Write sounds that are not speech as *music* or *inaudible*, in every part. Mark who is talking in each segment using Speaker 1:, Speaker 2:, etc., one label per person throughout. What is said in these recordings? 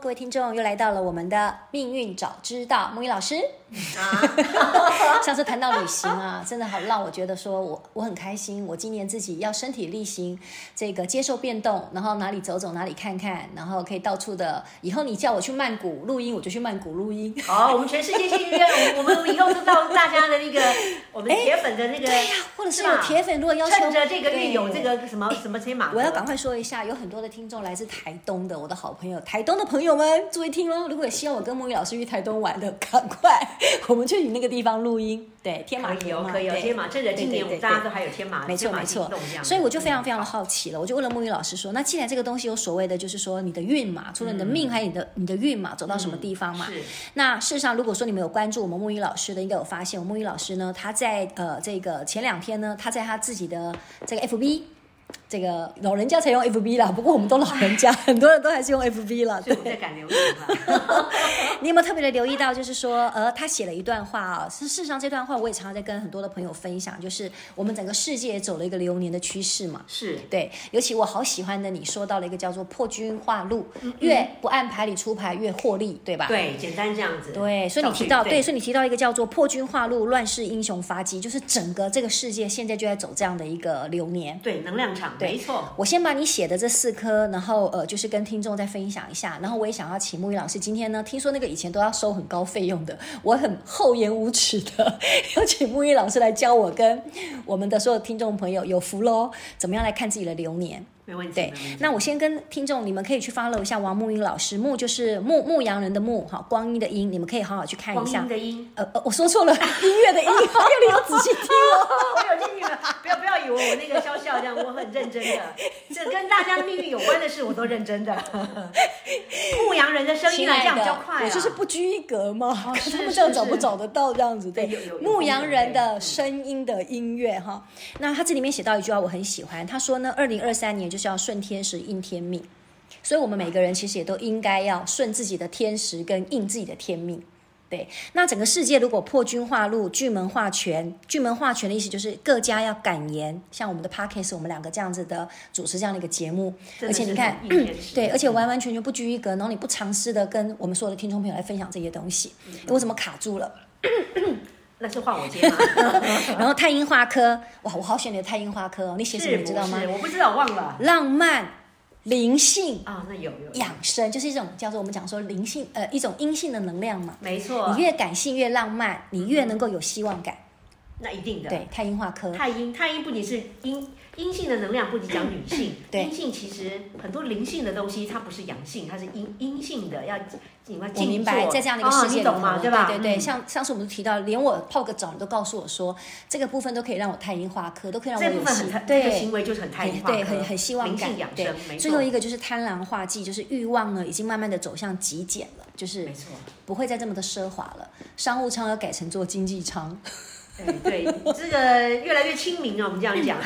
Speaker 1: 各位听众，又来到了我们的命运早知道，木鱼老师。
Speaker 2: 啊
Speaker 1: *laughs* 上次谈到旅行啊，真的好让我觉得说我我很开心，我今年自己要身体力行，这个接受变动，然后哪里走走，哪里看看，然后可以到处的。以后你叫我去曼谷录音，我就去曼谷录
Speaker 2: *laughs*
Speaker 1: 音。
Speaker 2: 好，我们全世界幸运，我们以后都到大家
Speaker 1: *laughs*
Speaker 2: 的那个我们铁粉的那个，
Speaker 1: 哎对呀、或者是有
Speaker 2: 吧
Speaker 1: 铁粉如果要求，
Speaker 2: 趁着这个月
Speaker 1: 对
Speaker 2: 有这个什么什么车马，
Speaker 1: 我要赶快说一下，有很多的听众来自台东的，我的好朋友，台东的朋友们，注意听哦！如果有希望我跟木鱼老师去台东玩的，赶快 *laughs* 我们去你那个地方录音。对，天马
Speaker 2: 可以
Speaker 1: 流
Speaker 2: 哦，
Speaker 1: 嘛
Speaker 2: 可以哦，
Speaker 1: 对
Speaker 2: 天马，趁着今年我
Speaker 1: 对对
Speaker 2: 们
Speaker 1: 对
Speaker 2: 大家都还有天马，
Speaker 1: 没错
Speaker 2: 天马
Speaker 1: 没
Speaker 2: 行
Speaker 1: 错
Speaker 2: 动这样，子嗯
Speaker 1: 所以我就非常非常的好奇了，我就问了木鱼老师说，那既然这个东西有所谓的，就是说你的运嘛，除了你的命，还有你的你的运嘛，走到什么地方嘛？
Speaker 2: 是
Speaker 1: 那事实上，如果说你们有关注我们木鱼老师的，应该有发现，我们木鱼老师呢，他在呃这个前两天呢，他在他自己的这个 FB。这个老人家才用 FB 啦，不过我们都老人家，很多人都还是用 FB 啦。对
Speaker 2: 所以，我们在赶流程了，
Speaker 1: *laughs* 你有没有特别的留意到，就是说，呃，他写了一段话啊、是事实上这段话我也常常在跟很多的朋友分享，就是我们整个世界走了一个流年的趋势嘛。
Speaker 2: 是
Speaker 1: 对，尤其我好喜欢的，你说到了一个叫做破军化禄，越不按牌理出牌越获利，对吧？
Speaker 2: 对，简单这样子，
Speaker 1: 对，所以你提到对，
Speaker 2: 对，
Speaker 1: 所以你提到一个叫做“破军化禄，乱世英雄发迹”，就是整个这个世界现在就在走这样的一个流年。
Speaker 2: 对，能量场，没错，
Speaker 1: 我先把你写的这四颗，然后呃，就是跟听众再分享一下。然后我也想要请木鱼老师，今天呢，听说那个以前都要收很高费用的，我很厚颜无耻的 *laughs* 要请木鱼老师来教我跟我们的所有听众朋友有福喽，怎么样来看自己的流年？
Speaker 2: 没问题，
Speaker 1: 对
Speaker 2: 没问题，
Speaker 1: 那我先跟听众，你们可以去 follow 一下王木英老师，木就是牧牧羊人的牧，哈，光阴的阴，你们可以好好去看一
Speaker 2: 光
Speaker 1: 下
Speaker 2: 阴。的阴，
Speaker 1: 呃呃，我说错了， *laughs* 音乐的音，还有你要仔细听哦。
Speaker 2: 我有听你们， *laughs* 不要不要以为我那个笑笑这样，我很认真的，这跟大家的命运有关的事，我都认
Speaker 1: *laughs*
Speaker 2: 真的。牧羊人的声 *laughs* 音啊，这样比较快啊，
Speaker 1: 我就是不拘一格嘛，看
Speaker 2: 是
Speaker 1: 他们
Speaker 2: 是
Speaker 1: 这样找
Speaker 2: 是
Speaker 1: 不找得到这样子？对
Speaker 2: 对有有有，
Speaker 1: 牧羊人
Speaker 2: 有有
Speaker 1: 的
Speaker 2: 有
Speaker 1: 声音的音乐哈。那他这里面写到一句话，我很喜欢，他说呢，二零二三年就是要顺天时应天命，所以我们每个人其实也都应该要顺自己的天时跟应自己的天命。对，那整个世界如果破军化禄、巨门化权，巨门化权的意思就是各家要敢言，像我们的 podcast，我们两个这样子的主持这样的一个节目，
Speaker 2: 真
Speaker 1: 而
Speaker 2: 的嗯
Speaker 1: 且你
Speaker 2: 是
Speaker 1: 看
Speaker 2: 很，一言十
Speaker 1: 对，
Speaker 2: 尽
Speaker 1: 而且完完全全不拘一格，然后你不尝试的跟我们所有的听众朋友来分享这些东西，
Speaker 2: 嗯
Speaker 1: 哎我怎么卡住了？
Speaker 2: 那是换我接
Speaker 1: *laughs*
Speaker 2: 吗？
Speaker 1: 然后太阴化科，哇，我好喜欢你的太阴化科哦，你写什么
Speaker 2: 是
Speaker 1: 你
Speaker 2: 不
Speaker 1: 知道吗？
Speaker 2: 是？我不知道，忘了
Speaker 1: 浪漫、灵性、
Speaker 2: 啊。那有有，
Speaker 1: 养生，就是一种叫做我们讲说灵性，呃，一种阴性的能量嘛。
Speaker 2: 没错嗯
Speaker 1: 你，越感性越浪漫，你越能够有希望感。
Speaker 2: 那一定的。
Speaker 1: 对，太阴化科。，
Speaker 2: 太阴，太阴不仅是阴阴性的能量，不仅讲女性
Speaker 1: 对
Speaker 2: 阴性其实很多灵性的东西，它不是阳性，它是阴阴性的，要你们
Speaker 1: 我
Speaker 2: 静
Speaker 1: 明白，
Speaker 2: 坐
Speaker 1: 在这样的一个世界
Speaker 2: 哦你
Speaker 1: 里头、
Speaker 2: 懂吗？对吧？
Speaker 1: 对对
Speaker 2: 嗯
Speaker 1: 像上次我们提到，连我泡个澡，你都告诉我说，这个部分都可以让我太阴化科，都可以让我
Speaker 2: 这
Speaker 1: 有
Speaker 2: 部分
Speaker 1: 希
Speaker 2: 很这个
Speaker 1: 对
Speaker 2: 行。为就是很太
Speaker 1: 很
Speaker 2: 阴化科，
Speaker 1: 对，很很希望
Speaker 2: 灵
Speaker 1: 感
Speaker 2: 性养，
Speaker 1: 对
Speaker 2: 生，没。
Speaker 1: 最后
Speaker 2: 错
Speaker 1: 一，个就是贪婪化忌，就是欲望呢，已经慢慢的走向极简了，就是
Speaker 2: 没错。
Speaker 1: 不会再这么的奢华了。商务舱要改成做经济舱，
Speaker 2: 哎，对，这个越来越亲民啊，我们这样讲，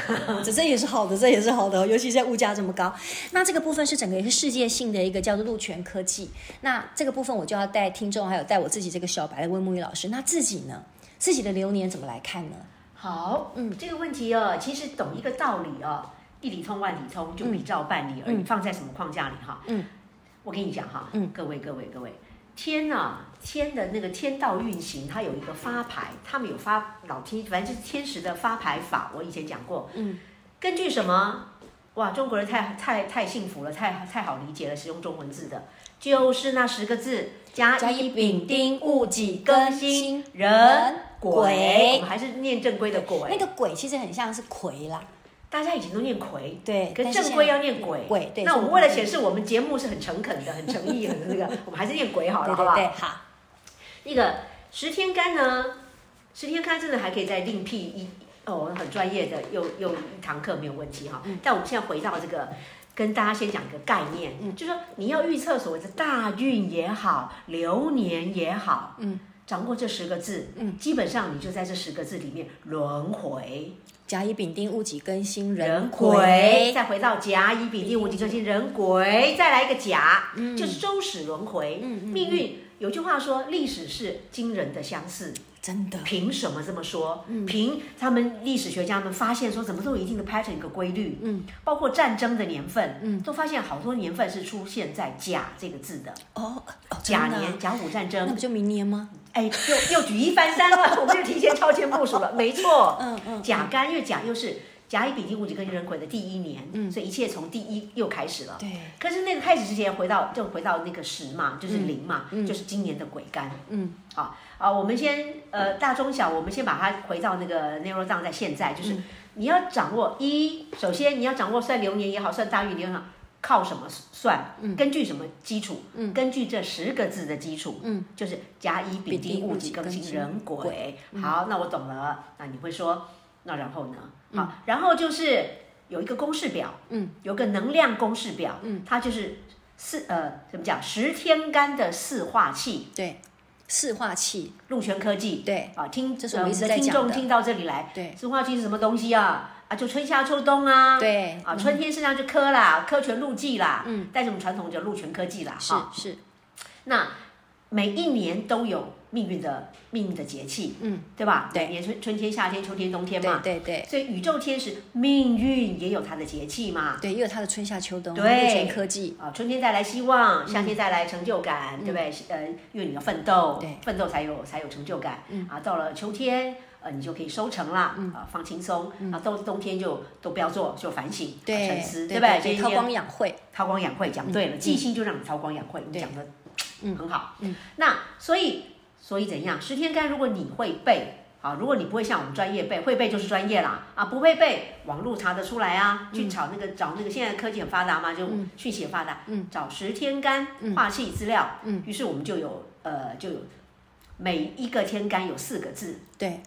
Speaker 1: 这这也是好的，这也是好的哦，尤其现在物价这么高。那这个部分是整个也是世界性的一个叫做路权科技。那这个部分我就要带听众还有带我自己这个小白来问木鱼老师，那自己呢，自己的流年怎么来看呢？
Speaker 2: 好，嗯，这个问题哦，其实懂一个道理哦，一理通万里通，就比照办理而已，放在什么框架里哈？
Speaker 1: 嗯，
Speaker 2: 我跟你讲哈，
Speaker 1: 嗯
Speaker 2: 各位各位各位，天啊，天的那个天道运行，它有一个发牌，他们有发老天，反正就是天时的发牌法，我以前讲过，
Speaker 1: 嗯，
Speaker 2: 根据什么？哇，中国人太太太幸福了，太太好理解了，使用中文字的，就是那十个字：甲
Speaker 1: 甲
Speaker 2: 乙
Speaker 1: 乙
Speaker 2: 丙
Speaker 1: 丙
Speaker 2: 丁
Speaker 1: 丁
Speaker 2: 戊己庚辛
Speaker 1: 辛
Speaker 2: 壬
Speaker 1: 壬
Speaker 2: 癸
Speaker 1: 癸。
Speaker 2: 我们还是念正规的癸。
Speaker 1: 那个鬼其实很像是魁啦，
Speaker 2: 大家以前都念魁，
Speaker 1: 对哎
Speaker 2: 可
Speaker 1: 但
Speaker 2: 是
Speaker 1: 是
Speaker 2: 正规
Speaker 1: 现在嗯
Speaker 2: 要念鬼。
Speaker 1: 鬼对
Speaker 2: 那
Speaker 1: 正
Speaker 2: 我们
Speaker 1: 规
Speaker 2: 为了显示我们节目是很诚恳的、很诚
Speaker 1: *laughs*
Speaker 2: 意、很那个，我们还是念鬼好
Speaker 1: 对
Speaker 2: 了，好
Speaker 1: 对
Speaker 2: 不好？
Speaker 1: 对，好，
Speaker 2: 那个十天干呢，十天干真的还可以再另
Speaker 1: 嗯
Speaker 2: 辟一哦，很专业的又又一堂课没有问题哈。但我们现在回到这个跟大家先讲个概念，
Speaker 1: 嗯
Speaker 2: 就说你要预测所谓的大运也好，流年也好，嗯，掌握这十个字，嗯，基本上你就在这十个字里面轮回，
Speaker 1: 甲乙丙丁戊己庚辛壬
Speaker 2: 人
Speaker 1: 癸
Speaker 2: 癸，，再回到甲乙丙丁戊己庚辛人癸，再来一个甲，就是周始轮回，命运。有句话说，历史是惊人的相似。
Speaker 1: 真的
Speaker 2: 凭什么这么说？凭他们历史学家们发现说，怎么都有一定的 pattern 一个规律。嗯，包括战争的年份，嗯，都发现好多年份是出现在“甲”这个字的，
Speaker 1: 哦，哦真
Speaker 2: 甲
Speaker 1: 的啊
Speaker 2: 年、甲午战
Speaker 1: 那
Speaker 2: 争
Speaker 1: 不。就明年吗？
Speaker 2: 哎，又又举一反三了，我们就提前超前部署了。没错，嗯嗯，甲干，因为甲又是甲乙丙丁戊己庚辛壬癸的第一年，嗯，所以一切从第一又开始了。
Speaker 1: 对，
Speaker 2: 可是那个开始之前，回到就回到那个十嘛，就是零嘛，就是今年的鬼干。
Speaker 1: 嗯，
Speaker 2: 好啊，我们先呃大中小，我们先把它回到那个 narrow down 在现在，就是你要掌握一，首先你要掌握算流年也好，算大运也好，靠什么算？根据什么基础？根据这十个字的基础，嗯，就是甲乙
Speaker 1: 丙
Speaker 2: 丙
Speaker 1: 丁
Speaker 2: 丁
Speaker 1: 戊
Speaker 2: 戊
Speaker 1: 己
Speaker 2: 己
Speaker 1: 庚
Speaker 2: 庚
Speaker 1: 辛
Speaker 2: 辛壬癸。好，那我懂了。那你会说，那然后呢？好，然后就是有一个公式表，嗯，有个能量公式表，嗯，它就是四呃怎么讲？十天干的四化气，
Speaker 1: 对，四化气，
Speaker 2: 陆泉科技，
Speaker 1: 对
Speaker 2: 啊，听
Speaker 1: 这是我们
Speaker 2: 呃
Speaker 1: 一直
Speaker 2: 的
Speaker 1: 在
Speaker 2: 听
Speaker 1: 讲
Speaker 2: 众
Speaker 1: 的
Speaker 2: 听到这里来，
Speaker 1: 对
Speaker 2: 四化气是什么东西啊？啊，就春夏秋冬啊，
Speaker 1: 对嗯
Speaker 2: 啊，春天身上就科啦，科全陆技啦，嗯，但是我们传统就陆泉科技啦，
Speaker 1: 是
Speaker 2: 哈
Speaker 1: 是，
Speaker 2: 那每一年都有命运的命运的节气，嗯，对吧？
Speaker 1: 对
Speaker 2: 每年春春天、夏天、秋天、冬天
Speaker 1: 对
Speaker 2: 嘛，
Speaker 1: 对对
Speaker 2: 所以宇宙天使命运也有它的节气嘛，
Speaker 1: 对，也有它的春夏秋冬，
Speaker 2: 对
Speaker 1: 陆泉科技，
Speaker 2: 啊，春天带来希
Speaker 1: 嗯
Speaker 2: 望，夏天带来成就感，对不对？呃，因为你要奋斗，
Speaker 1: 对嗯
Speaker 2: 奋斗才有才有成就感。啊，到了秋天，呃，你就可以收成啦，啊，放轻松。啊，到冬天就都不要做，就反省、
Speaker 1: 嗯
Speaker 2: 啊
Speaker 1: 对
Speaker 2: 沉思，
Speaker 1: 对
Speaker 2: 不对？
Speaker 1: 对，
Speaker 2: 今
Speaker 1: 韬
Speaker 2: 天
Speaker 1: 光养晦，
Speaker 2: 韬光养晦，讲对了，记性就让你韬光养晦，你讲的很好。那所以所以怎样？十天干如果你会背。啊，如果你不会像我们专业背，会背就是专业啦。啊，不会背，网络查得出来啊。去找那个找那个，现在科技很发达嘛，就讯息也发达。嗯，找十天干化气资料。嗯，于是我们就有呃就有每一个天干有四个字，
Speaker 1: 对，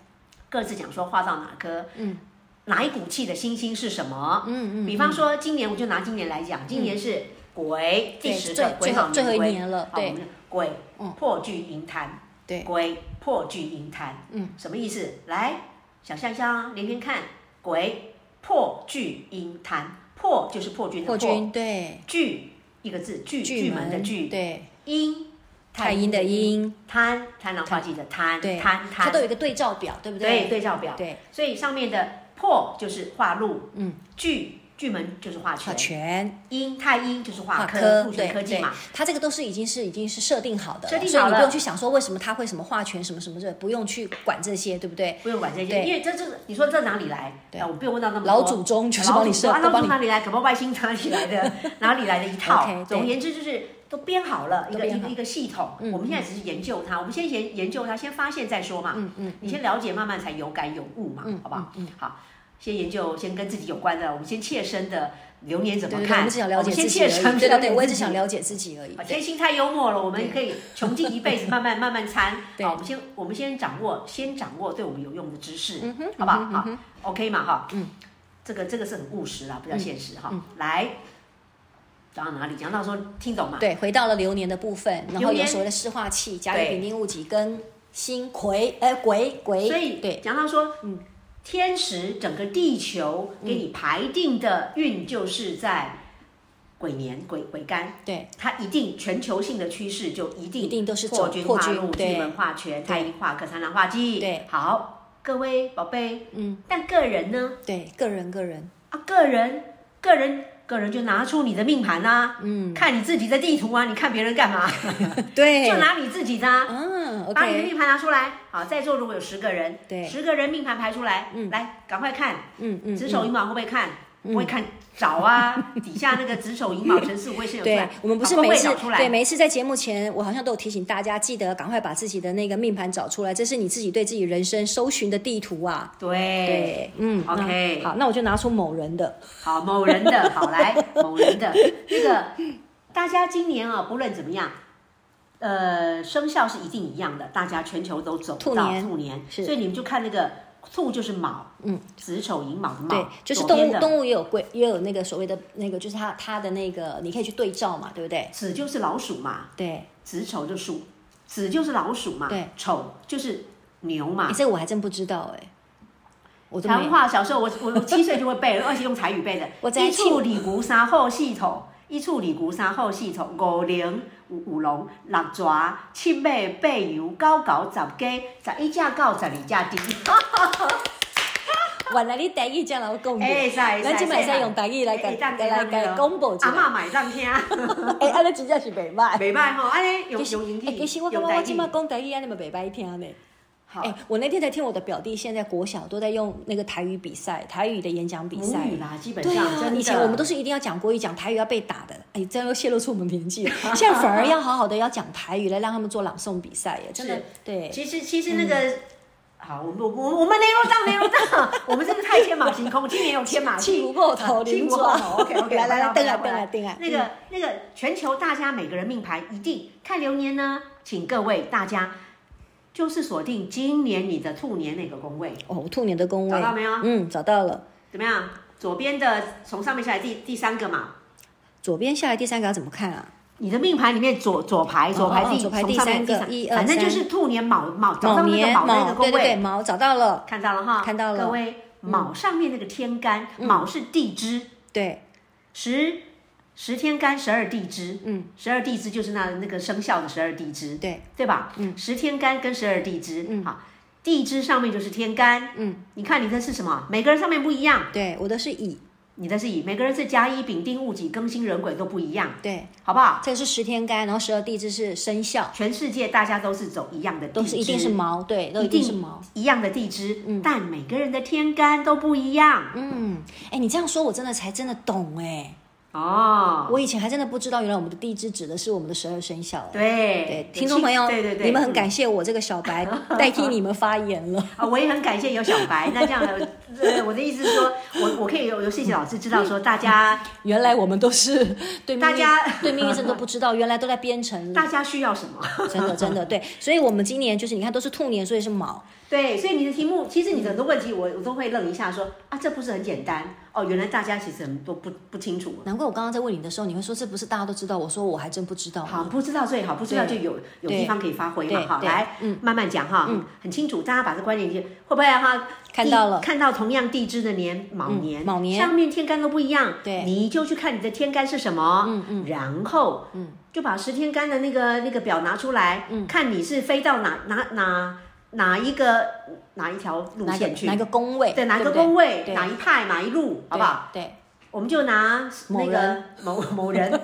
Speaker 2: 各自讲说画到哪颗，嗯，哪一股气的星星是什么，嗯嗯。比方说今年，我就拿今年来讲，今年是癸第
Speaker 1: 嗯对
Speaker 2: 十
Speaker 1: 最
Speaker 2: 个癸
Speaker 1: 最后
Speaker 2: 卯
Speaker 1: 最后一
Speaker 2: 癸
Speaker 1: 年了
Speaker 2: 好
Speaker 1: 对嗯
Speaker 2: 我们就癸破巨银坛，
Speaker 1: 对
Speaker 2: 癸破巨银坛，嗯，什么意思？来想象一下啊，连连看，癸破巨银坛，破就是破军的
Speaker 1: 破
Speaker 2: 破，
Speaker 1: 军对，
Speaker 2: 巨一个字，巨巨门的巨，
Speaker 1: 对，
Speaker 2: 阴
Speaker 1: 太阴的，阴，
Speaker 2: 贪贪狼化忌的贪，
Speaker 1: 对，
Speaker 2: 贪贪，
Speaker 1: 它都有一个对照表，对不
Speaker 2: 对
Speaker 1: 对？
Speaker 2: 对照表，
Speaker 1: 对，
Speaker 2: 所以上面的破就是化禄，嗯，巨巨门就是
Speaker 1: 画
Speaker 2: 化权，
Speaker 1: 全
Speaker 2: 阴太阴就是化
Speaker 1: 画
Speaker 2: 科，
Speaker 1: 科，
Speaker 2: 化
Speaker 1: 对
Speaker 2: 科技
Speaker 1: 对
Speaker 2: 嘛。，
Speaker 1: 它这个都是已经是已经是设定好的了，
Speaker 2: 设定
Speaker 1: 所以
Speaker 2: 好
Speaker 1: 你不
Speaker 2: 了
Speaker 1: 用去想说为什么它会什么画全什么什么这，不用去管这些，对不对？
Speaker 2: 不用管这些，
Speaker 1: 对
Speaker 2: 因为这这你说这哪里来？
Speaker 1: 对
Speaker 2: 啊我不用问到那么多。
Speaker 1: 老祖 *laughs* 宗就是帮你设
Speaker 2: 老祖
Speaker 1: 都
Speaker 2: 啊老
Speaker 1: 帮
Speaker 2: 祖
Speaker 1: 你
Speaker 2: 哪里来？可不外星哪里来的？哪里来的一套
Speaker 1: *laughs* OK，对
Speaker 2: 总而言之，就是都编好了一
Speaker 1: 都
Speaker 2: 个
Speaker 1: 编
Speaker 2: 一
Speaker 1: 好嗯
Speaker 2: 个一个系统。我们现在只是研究它，我们先研研究它，先发现再说嘛。嗯嗯，你先了解，慢慢才有感有悟
Speaker 1: 嗯
Speaker 2: 嘛，好不好？好，先研究，先跟自己有关的，我们先切身的流年怎
Speaker 1: 对
Speaker 2: 么
Speaker 1: 对对，我
Speaker 2: 看？
Speaker 1: 们只想了解自
Speaker 2: 我们先
Speaker 1: 己而
Speaker 2: 切
Speaker 1: 已。
Speaker 2: 身，
Speaker 1: 对对
Speaker 2: 了
Speaker 1: 对，
Speaker 2: 解
Speaker 1: 我也
Speaker 2: 自
Speaker 1: 只
Speaker 2: 己
Speaker 1: 想了解自己而已
Speaker 2: 啊。天性太幽默了，我们可以穷尽一辈子，慢慢慢慢参。
Speaker 1: 对
Speaker 2: 好，我们先我们先掌握，先掌握对我们有用的知识，
Speaker 1: 嗯
Speaker 2: 好不好？好，OK 嘛哈。嗯，这个这个是很务实啦，比较现实哈。
Speaker 1: 嗯
Speaker 2: 来，讲到哪里？讲到说听懂嘛？
Speaker 1: 对，回到了流年的部分，然后
Speaker 2: 流
Speaker 1: 有
Speaker 2: 年
Speaker 1: 所谓的湿化气、甲乙
Speaker 2: 对
Speaker 1: 丙丁戊己跟辛癸，呃，癸癸，
Speaker 2: 所以
Speaker 1: 对
Speaker 2: 讲到说，嗯，天时整个地球给你排定的运就是在癸年癸癸干。
Speaker 1: 对
Speaker 2: 它一定全球性的趋势就一定
Speaker 1: 一定都是走
Speaker 2: 破军化
Speaker 1: 破
Speaker 2: 入
Speaker 1: 军对
Speaker 2: 巨门化权、太阴化克、三狼化忌。
Speaker 1: 对，
Speaker 2: 好，各位宝贝，嗯，但个人呢？
Speaker 1: 对，个人个人，
Speaker 2: 啊，个人，个人，个人就拿出你的命盘啦、嗯，看你自己的地图啊，你看别人干嘛？
Speaker 1: *laughs* 对
Speaker 2: 嗯就拿你自己的、啊。
Speaker 1: 嗯
Speaker 2: 把你的
Speaker 1: ，OK，
Speaker 2: 命盘拿出来，好，在座如果有十个人，
Speaker 1: 对
Speaker 2: 十个人命盘排出来，嗯，来，赶快看，
Speaker 1: 嗯嗯，
Speaker 2: 子丑寅卯会不会看？不会看，找啊，底下那个子丑寅卯辰巳午未申
Speaker 1: *laughs*
Speaker 2: 酉出
Speaker 1: 对
Speaker 2: 来，
Speaker 1: 我们不是
Speaker 2: 把宫
Speaker 1: 每
Speaker 2: 位
Speaker 1: 次
Speaker 2: 找出来
Speaker 1: 对每一次在节目前，我好像都有提醒大家，记得赶快把自己的那个命盘找出来，这是你自己对自己人生搜寻的地图啊。
Speaker 2: 对，
Speaker 1: 对，嗯那
Speaker 2: OK
Speaker 1: 好，那我就拿出某人的，
Speaker 2: 好，某人的，好
Speaker 1: *laughs*
Speaker 2: 来，某人的那个，大家今年啊，不论怎么样，呃，生肖是一定一样的，大家全球都走
Speaker 1: 兔
Speaker 2: 到
Speaker 1: 年
Speaker 2: 兔年，
Speaker 1: 是
Speaker 2: 所以你们就看那个兔就是卯，嗯，子丑寅卯的卯，
Speaker 1: 对，就是
Speaker 2: 左
Speaker 1: 动
Speaker 2: 边
Speaker 1: 物
Speaker 2: 的
Speaker 1: 动物也有贵，也有那个所谓的那个，就是它它的那个，你可以去对照嘛，对不对？
Speaker 2: 子就是老鼠嘛，
Speaker 1: 对，
Speaker 2: 子丑就鼠，子就是老鼠嘛，
Speaker 1: 对，
Speaker 2: 丑就是牛嘛
Speaker 1: 诶。这个我还真不知道哎、我都
Speaker 2: 台
Speaker 1: 没
Speaker 2: 湾
Speaker 1: 有。
Speaker 2: 话小时候我我我七岁就会背了，而且用台语背的。
Speaker 1: *laughs* 我知
Speaker 2: 一处理骨三后系统，一处理骨三后系统，五龙五五龙六蛇七马八牛九狗十鸡十一只狗十二只
Speaker 1: *laughs*
Speaker 2: 猪。
Speaker 1: 原来你台语这样来讲，
Speaker 2: 哎，
Speaker 1: 咱
Speaker 2: 使
Speaker 1: 即摆使用台语来
Speaker 2: 哎
Speaker 1: 甲来
Speaker 2: 哦
Speaker 1: 甲公布一
Speaker 2: 阿
Speaker 1: 下。
Speaker 2: 嬷买
Speaker 1: *laughs*
Speaker 2: 当听，啊
Speaker 1: 哎，安尼真正是
Speaker 2: *laughs*
Speaker 1: 袂歹。
Speaker 2: 袂歹吼，安尼
Speaker 1: *laughs*
Speaker 2: 用
Speaker 1: 其实
Speaker 2: 用英
Speaker 1: 哎
Speaker 2: 语，
Speaker 1: 其实我感
Speaker 2: 用
Speaker 1: 觉
Speaker 2: 台
Speaker 1: 我
Speaker 2: 语
Speaker 1: 即摆讲台语安尼嘛袂歹听呢。
Speaker 2: 好
Speaker 1: 哎，我那天才听我的表弟，现在国小都在用那个台语比赛，台语的演讲比
Speaker 2: 母
Speaker 1: 赛。
Speaker 2: 语啦，基本
Speaker 1: 对
Speaker 2: 上
Speaker 1: 啊
Speaker 2: 真，的
Speaker 1: 以前我们都是一定要讲国语，讲台语要被打的，哎，这样又泄露出我们年纪 *laughs* 了。现在反而要好好的要讲台语来让他们做朗诵比赛耶，真的
Speaker 2: 是
Speaker 1: 对。
Speaker 2: 其实其实那个。
Speaker 1: 嗯
Speaker 2: 好，我们我我我们没入到没入到，我们真的太天马行空，今年有天
Speaker 1: *laughs*
Speaker 2: 马
Speaker 1: 气
Speaker 2: 行
Speaker 1: 不过头，
Speaker 2: 听
Speaker 1: 临
Speaker 2: 过
Speaker 1: 抓。
Speaker 2: ，OK
Speaker 1: *laughs*
Speaker 2: OK，
Speaker 1: 来来来，瞪啊
Speaker 2: 来
Speaker 1: 瞪啊瞪啊。
Speaker 2: 那个那个全球大家每个人命盘一定看流年呢，请各位大家就是锁定今年你的兔年哪个宫位，
Speaker 1: 哦，我兔年的宫
Speaker 2: 找
Speaker 1: 位
Speaker 2: 到，没有？
Speaker 1: 嗯，找到了。
Speaker 2: 怎么样？左边的从上面下来第第三个嘛，
Speaker 1: 左边下来第三个要怎么看啊？
Speaker 2: 你的命盘里面左左排左排
Speaker 1: 哦
Speaker 2: 第
Speaker 1: 左排
Speaker 2: 从
Speaker 1: 第
Speaker 2: 上面
Speaker 1: 三个
Speaker 2: 第
Speaker 1: 一二
Speaker 2: 反正就
Speaker 1: 三
Speaker 2: 是兔年卯卯
Speaker 1: 卯
Speaker 2: 找到那个
Speaker 1: 年
Speaker 2: 卯那
Speaker 1: 卯
Speaker 2: 个，宫
Speaker 1: 对对
Speaker 2: 位
Speaker 1: 对，。卯找到了，
Speaker 2: 看到了哈，
Speaker 1: 看到了嗯
Speaker 2: 各位，卯上面那个天干，卯是地支，
Speaker 1: 对，
Speaker 2: 十十天干，十二地支，嗯，十二地支就是那那个生肖的十二地支，
Speaker 1: 对
Speaker 2: 对吧？嗯，十天干跟十二地支，嗯，好，地支上面就是天干，嗯，你看你的是什么？每个人上面不一样，
Speaker 1: 对，我的是乙，
Speaker 2: 你的是乙，每个人是甲乙丙丁戊己庚辛壬癸都不一样，
Speaker 1: 对，
Speaker 2: 好不好？
Speaker 1: 这个是十天干，然后十二地支是生肖，
Speaker 2: 全世界大家都是走一样的地支，
Speaker 1: 都是一定是卯，对，都一定是卯。
Speaker 2: 一样的地支，但每个人的天干都不一样，
Speaker 1: 嗯，哎，你这样说，我真的才真的懂哎。
Speaker 2: 哦，
Speaker 1: 我以前还真的不知道，原来我们的地支指的是我们的十二生肖。哎
Speaker 2: 对
Speaker 1: 对，听众朋友，
Speaker 2: 对对对，
Speaker 1: 你们很
Speaker 2: 嗯
Speaker 1: 感谢我这个小
Speaker 2: *laughs*
Speaker 1: 白代替你们发言了。
Speaker 2: 啊，我也很感谢有小白。那这样的，呃，我的意思是说，我我可以有有谢谢老师知道说，大家
Speaker 1: 原来我们都是 *laughs* 对命运
Speaker 2: 大家
Speaker 1: *laughs* 对命运真的都不知道，原来都在编程，
Speaker 2: 大家需要什么？ *laughs*
Speaker 1: *laughs* 真的真的对。所以我们今年就是你看都是兔年，所以是卯，
Speaker 2: 对，所以你的题目，其实你的很多问题我，我都会愣一下说，啊，这不是很简单哦，原来大家其实很多不不清楚。
Speaker 1: 难怪我刚刚在问你的时候，你会说这不是大家都知道，我说我还真不知道。
Speaker 2: 好，啊不知道最好，不知道就有有
Speaker 1: 对
Speaker 2: 地方可以发挥嘛，
Speaker 1: 对
Speaker 2: 哈，
Speaker 1: 对嗯
Speaker 2: 来，慢慢讲哈，很清楚，大家把这观点记会不会哈？
Speaker 1: 看
Speaker 2: 地
Speaker 1: 到了嗯
Speaker 2: 看到同样地支的年卯年，
Speaker 1: 卯年
Speaker 2: 上面天干都不一样，
Speaker 1: 对
Speaker 2: 你就去看你的天干是什么，嗯嗯，然后嗯，就把十天干的那个那个表拿出来，嗯，看你是飞到哪哪哪哪一个哪一条路
Speaker 1: 哪个
Speaker 2: 线去
Speaker 1: 哪，个宫位？
Speaker 2: 对，哪个
Speaker 1: 不对
Speaker 2: 宫位，
Speaker 1: 对
Speaker 2: 哪一派，哪一路，好不好？？
Speaker 1: 对对，
Speaker 2: 我们就拿那
Speaker 1: 某
Speaker 2: 个
Speaker 1: 人
Speaker 2: 某
Speaker 1: *laughs*
Speaker 2: 某人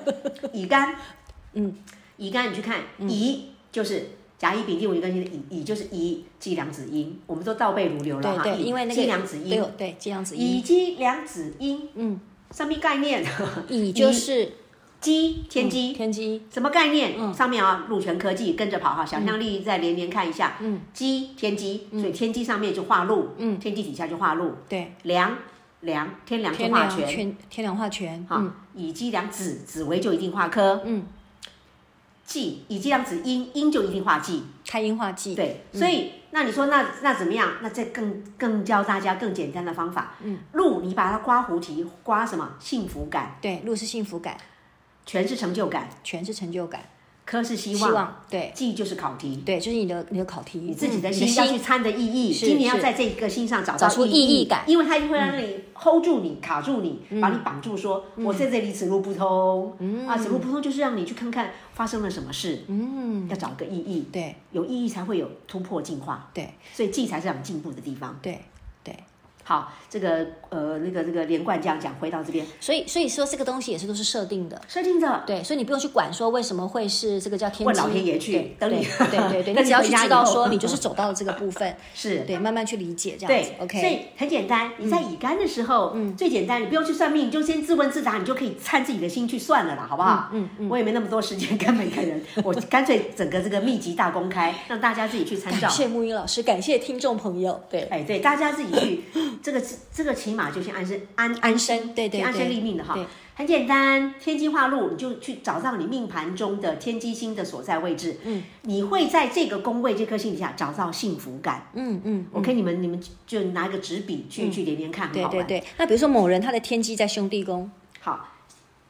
Speaker 2: 乙肝，嗯，乙肝你去看，
Speaker 1: 嗯
Speaker 2: 乙就是甲乙丙丁戊己庚辛的乙，乙就是乙季良子阴，我们都倒背如流了
Speaker 1: 对
Speaker 2: 哈。
Speaker 1: 对，
Speaker 2: 乙
Speaker 1: 因为那个
Speaker 2: 季良子
Speaker 1: 对
Speaker 2: 阴，
Speaker 1: 哦对季良子
Speaker 2: 乙
Speaker 1: 音，
Speaker 2: 基良子阴，
Speaker 1: 嗯，
Speaker 2: 上面概念， *laughs*
Speaker 1: 乙就是嗯
Speaker 2: 鸡天机。
Speaker 1: 天机，
Speaker 2: 什么概念？
Speaker 1: 嗯
Speaker 2: 上面啊，鹿泉科技跟着跑哈，想象力再连连看一下。嗯，鸡天机，
Speaker 1: 嗯
Speaker 2: 所以天机上面就化禄，嗯，天机底下就化禄，
Speaker 1: 对
Speaker 2: 良良天良就
Speaker 1: 天
Speaker 2: 化
Speaker 1: 梁
Speaker 2: 权，
Speaker 1: 全天梁化权，
Speaker 2: 哈、
Speaker 1: 嗯，
Speaker 2: 乙基两子，子为就一定化科，
Speaker 1: 嗯，
Speaker 2: 忌乙基两子阴，阴就一定化忌，
Speaker 1: 嗯开音化忌，嗯
Speaker 2: 对，所以那你说那那怎么样？那这更更教大家更简单的方法，嗯，路你把它刮胡题，刮什么？幸福感，
Speaker 1: 对路是幸福感，
Speaker 2: 全是成就感，
Speaker 1: 全是成就感，
Speaker 2: 科是希
Speaker 1: 希
Speaker 2: 望，
Speaker 1: 望，对
Speaker 2: 忌就是考题，
Speaker 1: 对，就是你的你的考题，
Speaker 2: 你自己的
Speaker 1: 嗯
Speaker 2: 心要去参的意义，
Speaker 1: 是
Speaker 2: 今年要
Speaker 1: 是
Speaker 2: 在这个心上找
Speaker 1: 找
Speaker 2: 到
Speaker 1: 出
Speaker 2: 意
Speaker 1: 意义感嗯
Speaker 2: 因为它就会让你 hold 住你、卡住你，把你绑住说，我在这里此路不通，
Speaker 1: 嗯
Speaker 2: 啊，此路不通就是让你去看看发生了什么事，嗯，要找个意义，
Speaker 1: 对
Speaker 2: 有意义才会有突破进化，
Speaker 1: 对
Speaker 2: 所以记才是让你进步的地方。
Speaker 1: 对对，
Speaker 2: 好，这个呃，那个那个连贯这样讲，回到这边
Speaker 1: 所以所以说这个东西也是都是设定的，
Speaker 2: 设定的，
Speaker 1: 对，所以你不用去管说为什么会是这个叫天机，
Speaker 2: 问老天爷去
Speaker 1: 对
Speaker 2: 等你
Speaker 1: 对对对对，
Speaker 2: *laughs* 等
Speaker 1: 你
Speaker 2: 你
Speaker 1: 只要
Speaker 2: 回
Speaker 1: 去
Speaker 2: 家
Speaker 1: 知
Speaker 2: 以
Speaker 1: 道
Speaker 2: 后 *laughs*
Speaker 1: 说你就是走到了这个部分，
Speaker 2: 是。
Speaker 1: 对，慢慢去理解这样子
Speaker 2: 对。所
Speaker 1: ，OK，嗯
Speaker 2: 以很简单，你在乙肝的时候，最简单，你不用去算命，你就先自问自答，你就可以看自己的心去算了啦，好不好？嗯嗯，我也没那么多时间跟每个人，我干脆整个这个秘籍大公开，让大家自己去参照哎
Speaker 1: 感。谢木鱼老师，感谢听众朋友，对， *laughs*
Speaker 2: 哎，对，大家自己去这个这个起码就先安身安
Speaker 1: 安身，对对
Speaker 2: 安身
Speaker 1: 对，
Speaker 2: 立命的哈
Speaker 1: 对。
Speaker 2: 很简单，天机化禄，你就去找到你命盘中的天机星的所在位置，嗯，你会在这个宫位这颗星底下找到幸福感。
Speaker 1: 嗯嗯，
Speaker 2: 我给你们，你们就拿一个纸笔去、去连连看，很
Speaker 1: 对
Speaker 2: 好
Speaker 1: 对
Speaker 2: 玩。
Speaker 1: 对。那比如说某人他的天机在兄弟宫，
Speaker 2: 好，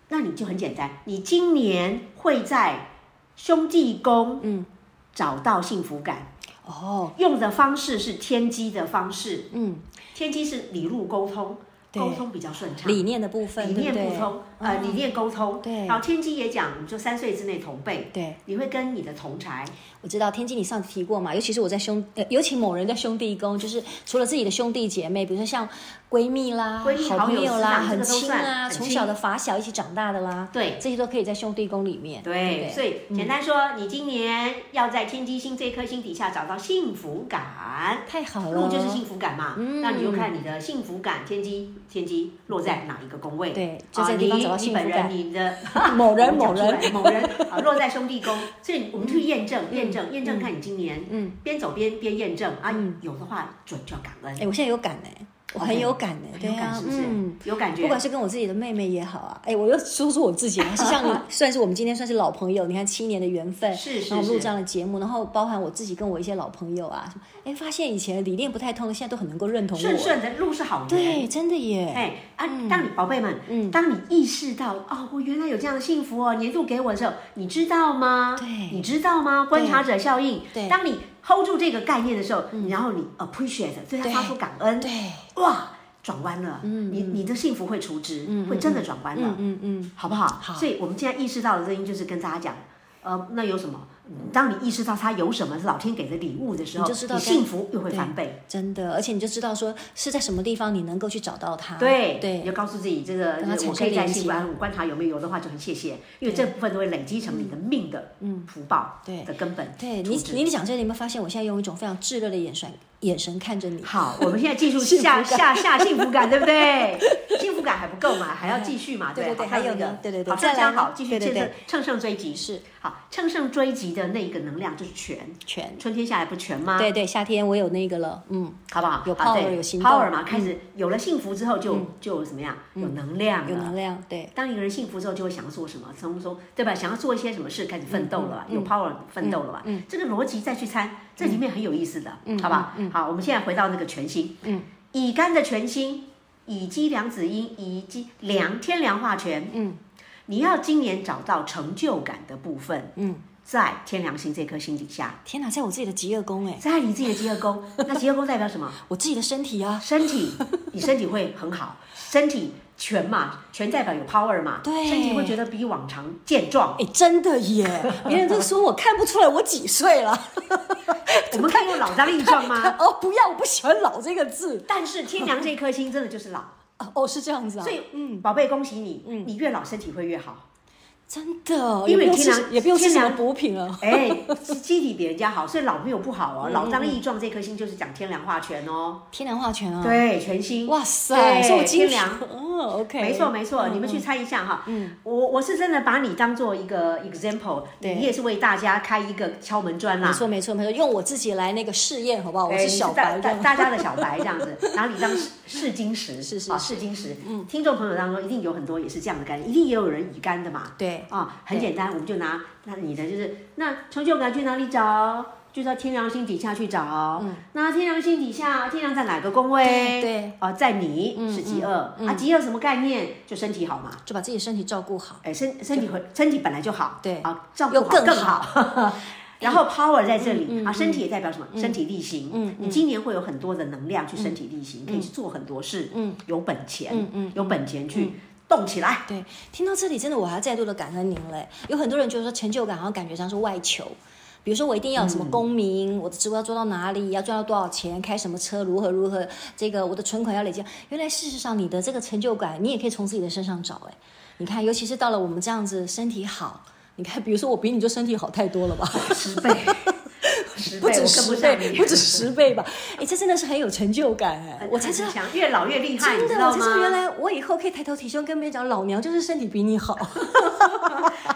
Speaker 2: 那你就很简单，你今年会在兄弟宫，嗯，找到幸福感。
Speaker 1: 哦，
Speaker 2: 用的方式是天机的方式，
Speaker 1: 嗯，
Speaker 2: 天机是理路沟通，
Speaker 1: 对
Speaker 2: 沟通比较顺畅。
Speaker 1: 理念的部分，
Speaker 2: 理
Speaker 1: 对
Speaker 2: 念
Speaker 1: 对嗯
Speaker 2: 不通，呃，理念沟通。
Speaker 1: 对
Speaker 2: 然后天机也讲，你就三岁之内同辈，
Speaker 1: 对，
Speaker 2: 你会跟你的同才，
Speaker 1: 我知道天机你上次提过嘛，尤其是我在兄，呃、尤其某人在兄弟宫，就是除了自己的兄弟姐妹，比如说像闺蜜啦、
Speaker 2: 闺蜜
Speaker 1: 好朋友啦、
Speaker 2: 好友
Speaker 1: 很
Speaker 2: 师长这个都
Speaker 1: 亲
Speaker 2: 算
Speaker 1: 啊，
Speaker 2: 很亲
Speaker 1: 从小的发小一起长大的啦，
Speaker 2: 对
Speaker 1: 这些都可以在兄弟宫里面。
Speaker 2: 对，
Speaker 1: 不
Speaker 2: 所以简单说，你今年要在天机星这颗星底下找到幸福感，
Speaker 1: 太好了，
Speaker 2: 路就是幸福感嘛，
Speaker 1: 嗯
Speaker 2: 那你就看你的幸福感，天机天机落在哪一个宫位？
Speaker 1: 对
Speaker 2: 啊
Speaker 1: 就在地方找到
Speaker 2: 你
Speaker 1: 幸福
Speaker 2: 你本
Speaker 1: 感
Speaker 2: 人你的
Speaker 1: 某人
Speaker 2: 我
Speaker 1: 某
Speaker 2: 们讲出
Speaker 1: 人
Speaker 2: 来某
Speaker 1: *laughs*
Speaker 2: 人啊落在兄弟宫，所以我们去验证验证验证，看你今年
Speaker 1: 嗯，
Speaker 2: 边走边边验证啊，有的话准就要感恩
Speaker 1: 哎、，我现在有感哎、我很
Speaker 2: OK，
Speaker 1: 有感哎、对
Speaker 2: 有感
Speaker 1: 啊，
Speaker 2: 是不是
Speaker 1: 嗯。？
Speaker 2: 有感
Speaker 1: 不
Speaker 2: 觉
Speaker 1: 管。是跟我自己的妹妹也好啊，哎，我又说说我自己，还是像
Speaker 2: *laughs*
Speaker 1: 你，算是我们今天算是老朋友，你看七年的缘分，
Speaker 2: 是是
Speaker 1: 然后录
Speaker 2: 是
Speaker 1: 这样的节目，然后包含我自己跟我一些老朋友啊，什么哎，发现以前理念不太通的，现在都很能够认同我，
Speaker 2: 顺顺的路是好人。
Speaker 1: 对，，真的耶，
Speaker 2: 哎啊，当你宝贝们，
Speaker 1: 嗯
Speaker 2: 当你意识到哦，我原来有这样的幸福哦，年度给我的时候，你知道吗？
Speaker 1: 对
Speaker 2: 你知道吗？观察者效应。
Speaker 1: 对嗯
Speaker 2: 当你 hold 住这个概念的时候，然后你 appreciate 嗯对他
Speaker 1: 对
Speaker 2: 发出感恩，
Speaker 1: 对，
Speaker 2: 哇，转弯了，你你的幸福会除之，会真的转弯了
Speaker 1: 嗯，嗯嗯，
Speaker 2: 好不好？所以我们现在意识到的声音就是跟大家讲，呃，那有什么？嗯当你意识到它有什么是老天给的礼物的时候，
Speaker 1: 你就知道该
Speaker 2: 幸福又会翻倍。
Speaker 1: 真的，而且你就知道说是在什么地方你能够去找到它，
Speaker 2: 对你
Speaker 1: 对，
Speaker 2: 就告诉自己，这个
Speaker 1: 跟它
Speaker 2: 就是我
Speaker 1: 产生
Speaker 2: 可以在
Speaker 1: 连
Speaker 2: 幸福
Speaker 1: 接
Speaker 2: 安我观察有没有有的话，就很谢谢，因为这部分都会累积成你的命的福报
Speaker 1: 嗯对
Speaker 2: 的根本。
Speaker 1: 对你 *laughs*
Speaker 2: 处置
Speaker 1: 你讲这，你有没有发现我现在用一种非常炙热的眼神眼神看着你？
Speaker 2: 好，我们现在进入
Speaker 1: 幸福
Speaker 2: 下
Speaker 1: 感
Speaker 2: 下下幸
Speaker 1: *laughs*
Speaker 2: 福感，对不对？幸福感还不够嘛，还要继续嘛，
Speaker 1: 嗯对
Speaker 2: 不
Speaker 1: 对对
Speaker 2: 好像
Speaker 1: 还有
Speaker 2: 那
Speaker 1: 呢
Speaker 2: 个
Speaker 1: 对对对
Speaker 2: 好，像
Speaker 1: 再来
Speaker 2: 刚
Speaker 1: 呢
Speaker 2: 好继续
Speaker 1: 对对
Speaker 2: 乘
Speaker 1: 对
Speaker 2: 乘胜追击
Speaker 1: 是
Speaker 2: 好，乘胜追击的那个能量就是全，
Speaker 1: 全，
Speaker 2: 春天下来不全吗？
Speaker 1: 对对，夏天我有那个了，嗯，
Speaker 2: 好不好？
Speaker 1: 有
Speaker 2: 啊
Speaker 1: power，
Speaker 2: 对
Speaker 1: 有行动嗯
Speaker 2: power 嘛，开始有了幸福之后就就怎么样？有能量
Speaker 1: 有
Speaker 2: 了。
Speaker 1: 能量，对。
Speaker 2: 当一个人幸福之后，就会想要做什么，从中对吧？想要做一些什么事，开始奋斗了吧，有 power 奋斗了吧？这个逻辑再去参，这里面很有意思的，好吧？好，我们现在回到那个全心，嗯，乙肝的全心，乙基两子阴，乙基良天良化权，嗯，你要今年找到成就感的部分，嗯，在天良星这颗星底下，
Speaker 1: 天哪，在我自己的极恶宫哎，
Speaker 2: 在你自己的极恶宫，那极恶宫代表什么？
Speaker 1: 我自己的身体啊，
Speaker 2: 身体，你身体会很好，身体全嘛，全代表有 power 嘛，
Speaker 1: 对
Speaker 2: 身体会觉得比往常健壮。
Speaker 1: 哎，真的耶， *laughs* 别人都说我看不出来我几岁了。
Speaker 2: *laughs* 我们看过老当益壮吗？
Speaker 1: 哦，不要，我不喜欢“老”这个字。
Speaker 2: 但是天良这颗星真的就是老，
Speaker 1: 啊哦，是这样子啊，
Speaker 2: 所以嗯，宝贝，恭喜你，
Speaker 1: 嗯
Speaker 2: 你越老身体会越好。
Speaker 1: 真的，
Speaker 2: 因
Speaker 1: 也
Speaker 2: 为
Speaker 1: 不用
Speaker 2: 天
Speaker 1: 吃
Speaker 2: 凉
Speaker 1: 也不用吃
Speaker 2: 天
Speaker 1: 什
Speaker 2: 凉
Speaker 1: 么补品了。
Speaker 2: 哎，机体比人家好，所以老没有不好
Speaker 1: 嗯
Speaker 2: 哦。老当益壮这颗星就是讲天良化权哦，
Speaker 1: 天凉化权啊，，
Speaker 2: 对，全星。
Speaker 1: 哇塞，
Speaker 2: 对
Speaker 1: 所以我今
Speaker 2: 天
Speaker 1: *laughs*
Speaker 2: 凉
Speaker 1: 嗯，OK，
Speaker 2: 没错没
Speaker 1: 嗯
Speaker 2: 错，你们去猜一下哈。嗯，我我是真的把你当做一个 example，
Speaker 1: 对
Speaker 2: 你也是为大家开一个敲门砖啦
Speaker 1: 没。错没错没错，用我自己来那个试验好不好？我
Speaker 2: 哎
Speaker 1: 哦是
Speaker 2: 你
Speaker 1: 小白
Speaker 2: 大
Speaker 1: 这
Speaker 2: 大
Speaker 1: 样。
Speaker 2: 大家的小白这样子，然后你当试试金石，
Speaker 1: 是是
Speaker 2: 啊，
Speaker 1: 是
Speaker 2: 试金石。嗯，听众朋友当中一定有很多也是这样的概念，一定也有人乙肝的嘛。
Speaker 1: 对
Speaker 2: 啊，很简单，我们就拿那你的就是那成就感去哪里找？就到天良星底下去找。那天良星底下，天良在哪个宫位？
Speaker 1: 嗯对嗯对
Speaker 2: 哦、在你是极恶、啊，极恶什么概念？就身体好嘛。
Speaker 1: 就把自己身体照顾好，
Speaker 2: 哎，身身体会身体本来就好，
Speaker 1: 对
Speaker 2: 啊，照顾
Speaker 1: 又
Speaker 2: 好
Speaker 1: 更哎嗯
Speaker 2: 更好。 *laughs* 然后 power 在这里啊，身体也代表什么？身体力行。嗯，你今年会有很多的能量去身体力
Speaker 1: 嗯
Speaker 2: 行，可以去做很多事。嗯，有本钱，嗯嗯，有本钱去动起
Speaker 1: *laughs*
Speaker 2: 来。
Speaker 1: 对，听到这里，真的我还要再度的感恩您嘞。有很多人觉得说成就感好像感觉上是外求，比如说我一定要有什么功名，我的职位要做到哪里，要赚到多少钱，开什么车，如何如何，这个我的存款要累积。原来事实上，你的这个成就感，你也可以从自己的身上找。哎，你看，尤其是到了我们这
Speaker 2: *laughs*
Speaker 1: 样子身体好，你看，比如说我比你就身体好太多了吧？
Speaker 2: 十倍，十十
Speaker 1: 不
Speaker 2: 倍，
Speaker 1: 止
Speaker 2: 我跟
Speaker 1: 十
Speaker 2: 上
Speaker 1: 倍，
Speaker 2: 你。
Speaker 1: 不止十
Speaker 2: *laughs*
Speaker 1: 倍吧？哎，这真的是很有成就感哎！我才知道
Speaker 2: 很，强，越老越厉害，你
Speaker 1: 真
Speaker 2: 知
Speaker 1: 的，
Speaker 2: 道
Speaker 1: 我
Speaker 2: 吗？
Speaker 1: 才知道原来我以后可以抬头挺胸跟别人讲，老娘就是身体比你
Speaker 2: *laughs*
Speaker 1: 好。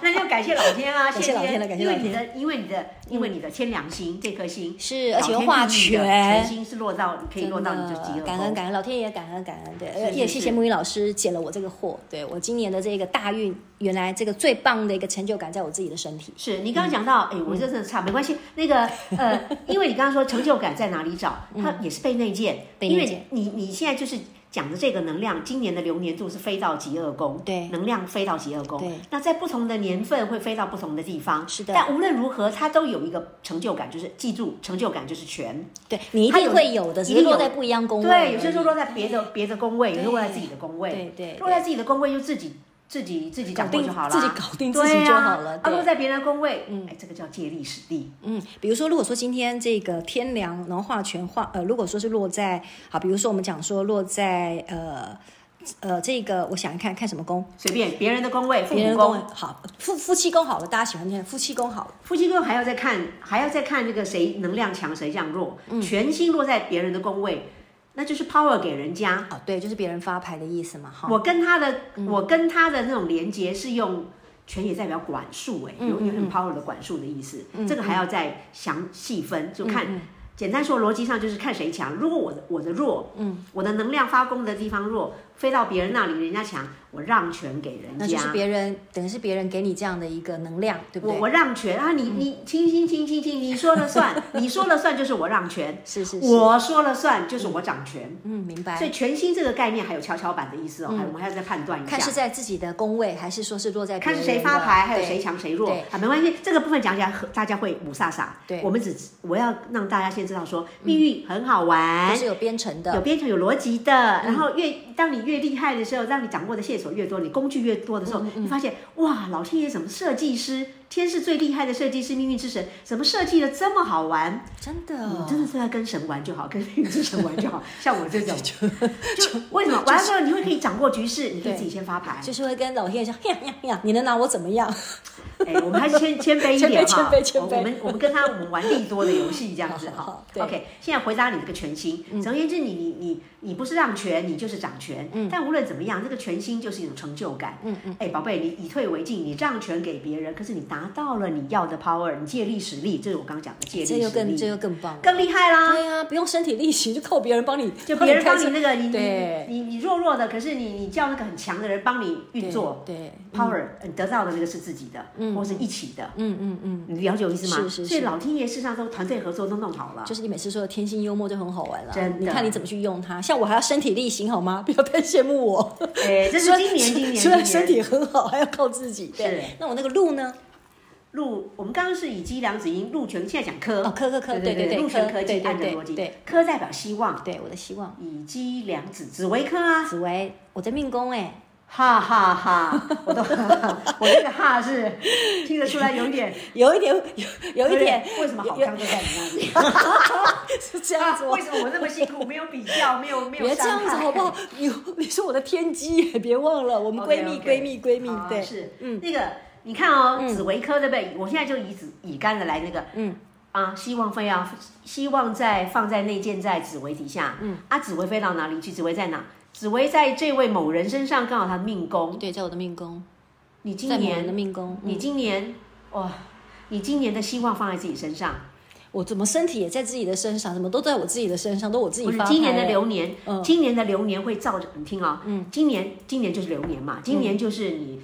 Speaker 2: 那就感谢老天
Speaker 1: *laughs*
Speaker 2: 啊，
Speaker 1: 感谢老天了感谢老天
Speaker 2: 因为你的，因为你的，因为你的天良心这颗心，
Speaker 1: 是而且又
Speaker 2: 老天
Speaker 1: 化
Speaker 2: 赋予你的
Speaker 1: 权
Speaker 2: 全心是落到可以落到你的集合
Speaker 1: 感恩感恩老天爷，感恩感恩，对，呃
Speaker 2: 是
Speaker 1: 也
Speaker 2: 是
Speaker 1: 谢谢
Speaker 2: 是
Speaker 1: 木鱼老师解了我这个惑。对我今年的这个大运，原来这个最棒的一个成就感在我自己的身体。
Speaker 2: 是你刚刚讲到，哎、
Speaker 1: 嗯
Speaker 2: 我这真的差，没关系。那个，呃，
Speaker 1: *laughs*
Speaker 2: 因为你刚刚说成就感在哪里找，它也是被内建，
Speaker 1: 被
Speaker 2: 因
Speaker 1: 内
Speaker 2: 为
Speaker 1: 建
Speaker 2: 你你现在就是讲的这个能量，今年的流年柱是飞到极恶宫，
Speaker 1: 对
Speaker 2: 能量飞到极恶宫，
Speaker 1: 对
Speaker 2: 那在不同的年份会飞到不同的地方，
Speaker 1: 是的
Speaker 2: 但无论如何，它都有一个成就感，就是记住，成就感就是全。
Speaker 1: 对你一
Speaker 2: 它有
Speaker 1: 定会有的，只
Speaker 2: 一
Speaker 1: 是
Speaker 2: 定有
Speaker 1: 落在不一样宫位而已。
Speaker 2: 对，有些时候落在别的别的宫位，有些落在自己的宫位，
Speaker 1: 对对对
Speaker 2: 落在自己的宫位就自己自己自己掌
Speaker 1: 搞
Speaker 2: 握
Speaker 1: 定
Speaker 2: 就好了，
Speaker 1: 自己搞定自己
Speaker 2: 对啊
Speaker 1: 就好了
Speaker 2: 啊，
Speaker 1: 对
Speaker 2: 落在别人的宫位，哎，这个叫借力使力。
Speaker 1: 嗯，比如说，如果说今天这个天梁，然后化权化，呃，如果说是落在好，比如说我们讲说落在呃呃这个，我想一看看什么宫，
Speaker 2: 随便别人的宫位，父
Speaker 1: 别
Speaker 2: 母
Speaker 1: 人宫
Speaker 2: 宫
Speaker 1: 位，好夫夫妻宫好了，大家喜欢听夫妻宫好了，
Speaker 2: 夫妻宫还要再看，还要再看这个谁能量强，谁这样弱，
Speaker 1: 嗯
Speaker 2: 全心落在别人的宫位，那就是 power 给人家。
Speaker 1: 哦，对，就是别人发牌的意思嘛，哈，
Speaker 2: 我跟他的，
Speaker 1: 嗯
Speaker 2: 我跟他的那种连接是用权也代表管束，哎，
Speaker 1: 嗯
Speaker 2: 有有 power 的管束的意思。这个还要再详细分，
Speaker 1: 嗯
Speaker 2: 就看。简单说，逻辑上就是看谁强。如果我的我的弱，嗯，我的能量发功的地方弱，飞到别人那里，人家强，我让权给人家，
Speaker 1: 那就是别人等于是别人给你这样的一个能量，对不
Speaker 2: 我
Speaker 1: 对？
Speaker 2: 我让权啊，你你亲亲亲亲亲，你说了
Speaker 1: *laughs*
Speaker 2: 算，你说了算就是我让权，
Speaker 1: 是是是，
Speaker 2: 我说了算就是我掌权。
Speaker 1: 嗯，明
Speaker 2: 所
Speaker 1: 白。
Speaker 2: 以全新这个概念还有跷跷板的意思哦，还我们还要再判断一
Speaker 1: 看是
Speaker 2: 下，
Speaker 1: 在自己的宫位，还是说是落在
Speaker 2: 看是
Speaker 1: 别
Speaker 2: 谁
Speaker 1: 人的
Speaker 2: 发牌，还有
Speaker 1: 对
Speaker 2: 谁强谁弱
Speaker 1: 对
Speaker 2: 啊，没关系，这个部分讲起来很大家会五煞煞。
Speaker 1: 对嗯
Speaker 2: 我们只我要让大家先知道说，命运很好玩
Speaker 1: 都是。有编程
Speaker 2: 有
Speaker 1: 的，
Speaker 2: 编程有逻辑的，然后越当你越厉害的时候，让你掌握的线索越多，你工具越多的时候，你发现哇，老天爷怎么设计师，天是最厉害的设计师，命运之神怎么设计的这么好玩？
Speaker 1: 真
Speaker 2: 你
Speaker 1: 的，哦
Speaker 2: 真的是要跟神玩就好，跟命运之神玩就好，像我这种， *laughs* 就为什么玩了之后你会可以掌握局势，你可以自己先发牌。
Speaker 1: 就是会跟老天爷说，呀呀呀，你能拿我怎么样？
Speaker 2: 哎，我们还是谦谦卑一点哈，哦
Speaker 1: 谦卑谦卑谦卑
Speaker 2: 我们我们跟他我们玩利多的游戏这样子
Speaker 1: 好好
Speaker 2: 哈哦
Speaker 1: 好。对嗯
Speaker 2: OK，现在回答你这个全心，总而言之，你你你你不是让权，你就是掌权。
Speaker 1: 嗯
Speaker 2: 但无论怎么样，这个全心就是一种成就感。嗯嗯。哎，宝贝，你以退为进，你让权给别人，可是你达到了你要的 power，你借力使力，这是我刚刚讲的借力使
Speaker 1: 这
Speaker 2: 力，
Speaker 1: 又更这又更棒了。
Speaker 2: 更厉害
Speaker 1: *laughs*
Speaker 2: 啦。
Speaker 1: 对呀、不用身体力行，就靠别人帮你，
Speaker 2: 啊就别人
Speaker 1: 开
Speaker 2: 帮你
Speaker 1: 车
Speaker 2: 那个，你你
Speaker 1: 对
Speaker 2: 你你弱弱的，可是你你叫那个很强的人帮你运作
Speaker 1: 对对
Speaker 2: power，你得到的那个是自己的，或是一起的，
Speaker 1: 嗯嗯嗯，
Speaker 2: 你了解我意思吗？
Speaker 1: 是是
Speaker 2: 所以
Speaker 1: 是
Speaker 2: 老天爷事实上都团队合作都
Speaker 1: *laughs*
Speaker 2: 弄好了，
Speaker 1: 就是你每次说的天性幽默就很好玩了。
Speaker 2: 真的
Speaker 1: 你看你怎么去用它。像我还要身体力行好吗？ *laughs* 不要太羡慕我。
Speaker 2: 哎，这是今年今年
Speaker 1: 虽
Speaker 2: 今
Speaker 1: 然身体
Speaker 2: 年
Speaker 1: 很好，还要靠自己。对
Speaker 2: 是，
Speaker 1: 那我那个路呢？
Speaker 2: 陆，我们刚刚是以鸡两子音陆权，现在讲科
Speaker 1: 哦，科科科对
Speaker 2: 对
Speaker 1: 对对
Speaker 2: 陆权
Speaker 1: 科
Speaker 2: 科技
Speaker 1: 对对
Speaker 2: 按着
Speaker 1: 对
Speaker 2: 逻辑
Speaker 1: 对，
Speaker 2: 科代表希望，
Speaker 1: 对，我的希望。
Speaker 2: 以鸡两子紫薇科
Speaker 1: *laughs*
Speaker 2: 啊，
Speaker 1: 紫薇，我的命宫哎，
Speaker 2: 哈哈哈，我都 *laughs* 我这个哈是听得出来有一点
Speaker 1: 有一点，有 *laughs* 有一点
Speaker 2: 为什么好
Speaker 1: 有
Speaker 2: 康都在你那里？
Speaker 1: 是 *laughs* 这样子
Speaker 2: 啊
Speaker 1: 吗
Speaker 2: *laughs* 为？什么我那么辛苦？没有比较，没有没有
Speaker 1: 别这样子
Speaker 2: 伤害
Speaker 1: 好不好？？你你是我的天机耶，别忘了我们闺蜜
Speaker 2: OK，OK
Speaker 1: 闺蜜闺蜜
Speaker 2: 啊
Speaker 1: 对
Speaker 2: 是，
Speaker 1: 嗯
Speaker 2: 那个你看哦，紫薇科对不对？我现在就以紫乙肝的来那个，
Speaker 1: 嗯
Speaker 2: 啊，希望非要希望在放在内建在紫薇底下，嗯啊，紫薇飞到哪里去？紫薇在哪？紫薇在这位某人身上，刚好他命宫。
Speaker 1: 对，在我的命宫，
Speaker 2: 你今
Speaker 1: 在某人的
Speaker 2: 年，
Speaker 1: 命宫，
Speaker 2: 你
Speaker 1: 嗯
Speaker 2: 今年，哇，你今年的希望放在自己身上，
Speaker 1: 我怎么身体也在自己的身上，怎么都在我自己的身上，都我自己
Speaker 2: 不是
Speaker 1: 发
Speaker 2: 今年的
Speaker 1: 牌
Speaker 2: 流年，
Speaker 1: 嗯
Speaker 2: 今年的流年会照着你听啊、嗯，今年今年就是流年嘛，今年就是你、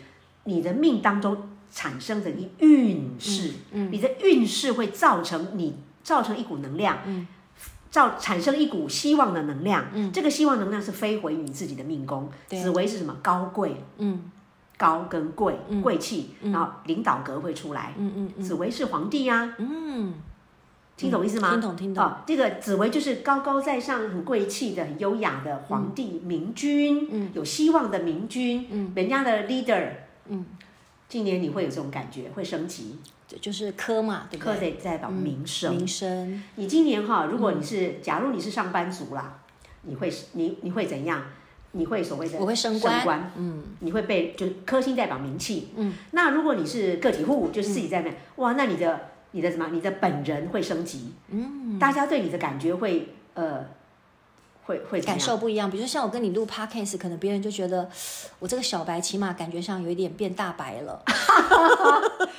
Speaker 2: 你的命当中产生的你运势，嗯，你的运势会造成你造成一股能量，嗯。造产生一股希望的能量，嗯，这个希望能量是飞回你自己的命宫。
Speaker 1: 嗯对
Speaker 2: 紫薇是什么？高贵，
Speaker 1: 嗯
Speaker 2: 高跟贵，贵气，然后领导格会出来。
Speaker 1: 嗯嗯
Speaker 2: 紫薇是皇帝呀、
Speaker 1: 嗯，
Speaker 2: 听懂意思吗？
Speaker 1: 听懂听懂
Speaker 2: 哦，这个紫薇就是高高在上、很贵气的、很优雅的皇帝、明君，嗯，有希望的明君，嗯，人家的 leader，嗯，今年你会有这种感觉，会升级，
Speaker 1: 就就是科嘛，对不
Speaker 2: 科
Speaker 1: 对？
Speaker 2: 得代表名声。
Speaker 1: 名声
Speaker 2: 你今年哈，如果你是，假如你是上班族啦，你会你你会怎样？你会所谓的
Speaker 1: 我会升官
Speaker 2: 官，嗯，你会
Speaker 1: 嗯
Speaker 2: 被就是科星代表名气，嗯。那如果你是个体户，就是自己在那，哇，那你的你的什么？你的本人会升级，嗯，大家对你的感觉会呃，会会怎么
Speaker 1: 感
Speaker 2: 样
Speaker 1: 受不一样。比如说像我跟你录 podcast，可能别人就觉得我这个小白起码感觉上有一点变大白了。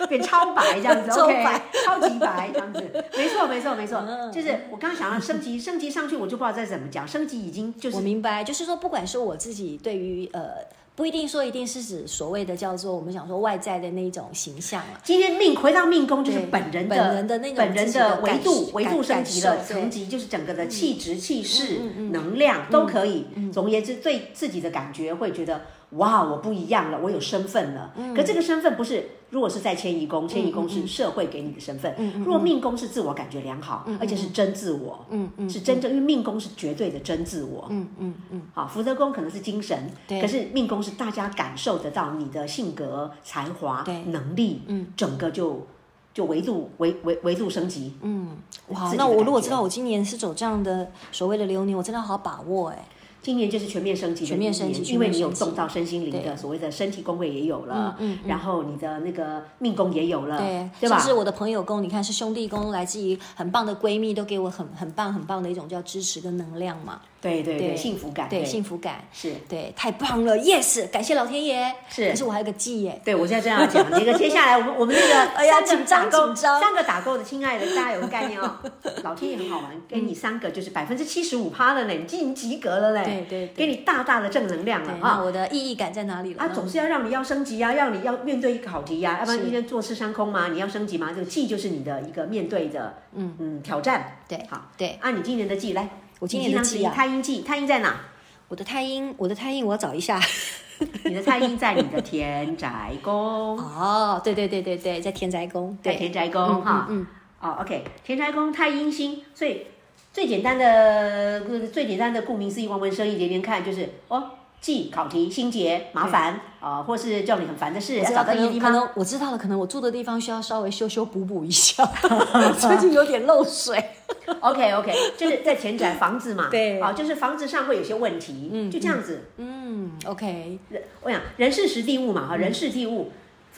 Speaker 2: 变超白这
Speaker 1: *laughs*
Speaker 2: 样子
Speaker 1: 超
Speaker 2: ，OK，
Speaker 1: 白嗯
Speaker 2: 超级白这样子，没错，没错，没错，就是我刚刚想到升级，升级上去我就不知道再怎么讲，升级已经就是
Speaker 1: 我明白，就是说，不管是我自己对于呃，不一定说一定是指所谓的叫做我们想说外在的那一种形象啊，
Speaker 2: 今天命回到命宫，就是
Speaker 1: 对
Speaker 2: 本人的
Speaker 1: 本人的那种
Speaker 2: 本人
Speaker 1: 自己的
Speaker 2: 的维度
Speaker 1: 感
Speaker 2: 维度升级了，
Speaker 1: 感感受对嗯
Speaker 2: 层级就是整个的气质、气势、能量都可以。总而言之，对自己的感觉会觉得哇，我不一样了，我有身份了。
Speaker 1: 嗯
Speaker 2: 可这个身份不是，如果是在迁移宫，迁移宫是社会给你的身份；
Speaker 1: 嗯
Speaker 2: 若命宫是自我感觉良好，而且是真自我，是真正，因为命宫是绝对的真自我。
Speaker 1: 嗯嗯嗯，
Speaker 2: 好，福德宫可能是精神，
Speaker 1: 对
Speaker 2: 可是命宫是大家感受得到你的性格、才华、
Speaker 1: 对
Speaker 2: 能力，嗯，整个就就维度维维维度升级，嗯，
Speaker 1: 哇
Speaker 2: 自，己的
Speaker 1: 那我
Speaker 2: 感
Speaker 1: 如果
Speaker 2: 觉
Speaker 1: 知道我今年是走这样的所谓的流年，我真的好好把握哎、
Speaker 2: 今年就是全面升级的一年，
Speaker 1: 全面升级全
Speaker 2: 因为
Speaker 1: 面
Speaker 2: 你有
Speaker 1: 升级
Speaker 2: 动到身心灵的
Speaker 1: 对
Speaker 2: 所谓的身体工位也有了，
Speaker 1: 嗯
Speaker 2: 然后你的那个命宫也有了，
Speaker 1: 啊对，
Speaker 2: 对
Speaker 1: 甚
Speaker 2: 吧？
Speaker 1: 至我的朋友宫，你看是兄弟宫，来自于很棒的闺蜜，都给我很很棒很棒的一种叫支持跟能量嘛，
Speaker 2: 对对对，
Speaker 1: 对
Speaker 2: 幸福感，
Speaker 1: 对，幸福感，
Speaker 2: 是。
Speaker 1: 对，太棒了，yes，感谢老天爷。
Speaker 2: 是
Speaker 1: 可是我还有个忌耶，
Speaker 2: 对，我现在这样讲，那个接下来我们我们那个
Speaker 1: *laughs* 哎呀
Speaker 2: 三
Speaker 1: 紧张
Speaker 2: 个打勾
Speaker 1: 紧张
Speaker 2: 三个打勾的，亲爱的，大家有个概念哦。老天也很好玩，给你三个就是百分之七十五趴了嘞，你已经及格了嘞，
Speaker 1: 对对对
Speaker 2: 给你大大的正能量
Speaker 1: 对
Speaker 2: 了，
Speaker 1: 那
Speaker 2: 啊。
Speaker 1: 我的意义感在哪里了
Speaker 2: 啊，
Speaker 1: 呢？
Speaker 2: 总是要让你要升级啊，让你要面对一个考题呀、要不然一天坐吃山空嘛，你要升级嘛，这个季就是你的一个面对的，嗯嗯挑战。
Speaker 1: 对
Speaker 2: 好，啊
Speaker 1: 对，
Speaker 2: 按、你今年的季来，
Speaker 1: 我今年的忌啊
Speaker 2: 太阴季，太阴在哪？
Speaker 1: 我的太阴，我的太阴，我要找一下。
Speaker 2: 你的太阴在你的田宅
Speaker 1: *laughs*
Speaker 2: 宫。
Speaker 1: 哦，对对对对对，在田宅宫，
Speaker 2: 在
Speaker 1: 对，
Speaker 2: 田宅
Speaker 1: 嗯
Speaker 2: 宫哈。
Speaker 1: 嗯
Speaker 2: 哦，OK，田宅宫太阴星，所以最简单的、最简单的，顾名思义，望文生义，连连看就是哦，记考题、心结、麻烦啊、或是叫你很烦的事，
Speaker 1: 我
Speaker 2: 要
Speaker 1: 知
Speaker 2: 找
Speaker 1: 道
Speaker 2: 到
Speaker 1: 可
Speaker 2: 一个
Speaker 1: 能
Speaker 2: 地
Speaker 1: 可
Speaker 2: 方。
Speaker 1: 能我知道了，可能我住的地方需要稍微修修补补一下，最近有点漏水。
Speaker 2: OK OK，就是在田宅房子
Speaker 1: *laughs*
Speaker 2: 嘛，
Speaker 1: 对
Speaker 2: 啊、就是房子上会有些问题，嗯，就这样子。
Speaker 1: 嗯，OK，
Speaker 2: 人我想人事实地物嘛，
Speaker 1: 嗯
Speaker 2: 哈，人事地物。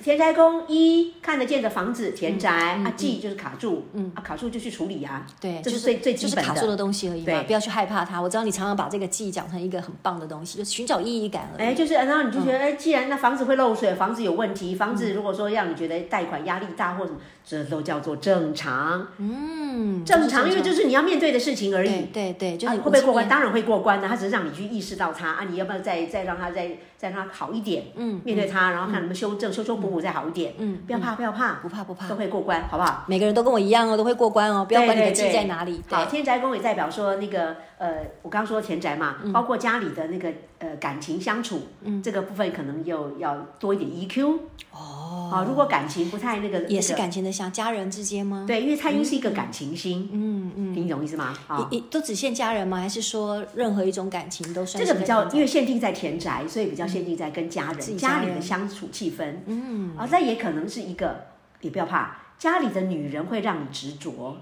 Speaker 2: 田宅宫一看得见的房子，
Speaker 1: 嗯
Speaker 2: 田宅、啊，记就是卡住，嗯啊，卡住就去处理呀、啊，
Speaker 1: 对，
Speaker 2: 这
Speaker 1: 就是
Speaker 2: 最最基
Speaker 1: 就是
Speaker 2: 本
Speaker 1: 卡住的东西而已嘛
Speaker 2: 对，
Speaker 1: 不要去害怕它。我知道你常常把这个记忆讲成一个很棒的东西，就寻找意义感而已。
Speaker 2: 哎，就是，然后你就觉得，哎，既然那房子会漏水，房子有问题，房子如果说让你觉得贷款压力大或什么，这都叫做正常，
Speaker 1: 嗯，
Speaker 2: 正常，因为就是你要面对的事情而
Speaker 1: 对
Speaker 2: 已。
Speaker 1: 对对，就
Speaker 2: 啊，
Speaker 1: 是
Speaker 2: 会
Speaker 1: 我
Speaker 2: 不会过
Speaker 1: 今
Speaker 2: 关？
Speaker 1: 年？
Speaker 2: 当然会过关的，他只是让你去意识到它啊，你要不要再再让它再再让它好一点？嗯，面对它，然后看能不能修正，修修补补再好一点。嗯，不要怕，不要怕，
Speaker 1: 不怕不怕
Speaker 2: 都，会过关，好不好？
Speaker 1: 每个人都跟我一样哦，都会过关哦，不要管你的
Speaker 2: 对对
Speaker 1: 记
Speaker 2: 对
Speaker 1: 在哪里。
Speaker 2: 好，
Speaker 1: 对，
Speaker 2: 天宅宫也代表说那个呃，我刚刚说田宅嘛，
Speaker 1: 嗯
Speaker 2: 包括家里的那个呃感情相处，这个部分可能又要多一点 EQ 哦。啊，如果感情不太那个，
Speaker 1: 也是
Speaker 2: 那个
Speaker 1: 感情的像家人之间吗？
Speaker 2: 对，因为太阴是一个感情星，
Speaker 1: 嗯嗯，
Speaker 2: 你懂意思吗？啊，
Speaker 1: 一一都只限家人吗？还是说任何一种感情都算
Speaker 2: 这
Speaker 1: 是
Speaker 2: 个比
Speaker 1: 在
Speaker 2: 较
Speaker 1: 田宅
Speaker 2: 因为限定在田宅，所以比较限定在跟家
Speaker 1: 自己
Speaker 2: 人、
Speaker 1: 家
Speaker 2: 家里
Speaker 1: 人
Speaker 2: 的相处气氛，嗯，啊，那也可能是一个，也不要怕。家里的女人会让你执着，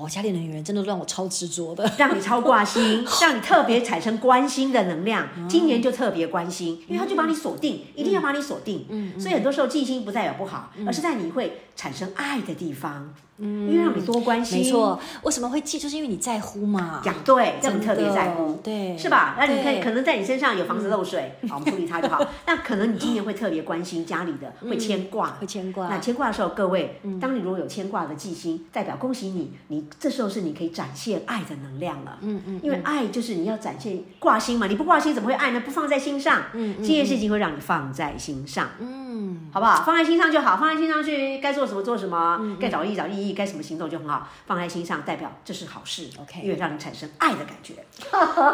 Speaker 1: 我家里的女人真的让我超执着的。
Speaker 2: 让你超
Speaker 1: *laughs*
Speaker 2: 挂心，让你特别产生关心的能量。
Speaker 1: 嗯
Speaker 2: 今年就特别关心，因为他就把你锁定，一定要把你锁定。
Speaker 1: 嗯
Speaker 2: 所以很多时候记心不代表不好，而是在你会产生爱的地方，因为让你多关
Speaker 1: 嗯
Speaker 2: 心。
Speaker 1: 没，错，为什么会记？就是因为你在乎嘛。
Speaker 2: 讲对，让
Speaker 1: 真
Speaker 2: 你
Speaker 1: 的
Speaker 2: 特别在乎，
Speaker 1: 对
Speaker 2: 是吧？那你看，
Speaker 1: 对嗯
Speaker 2: 可能在你身上有房子漏水，好，我们处理它就
Speaker 1: *laughs*
Speaker 2: 好。那可能你今年会特别关心家里的，会牵挂，
Speaker 1: 会牵挂
Speaker 2: 那牵挂的时候，各位，当你如果有牵挂的记心，代表恭喜你，你这时候是你可以展现爱的能量了。嗯嗯，因为爱就是你要展现挂心嘛，你不挂心怎么会爱呢？不放在心上，嗯，这件事情会让你放在心上，嗯，好不好？放在心上就好，放在心上去，该做什么做什么，该找意义找意义，该什么行动就很好，放在心上代表这是好事
Speaker 1: OK
Speaker 2: 因为让你产生爱的感觉。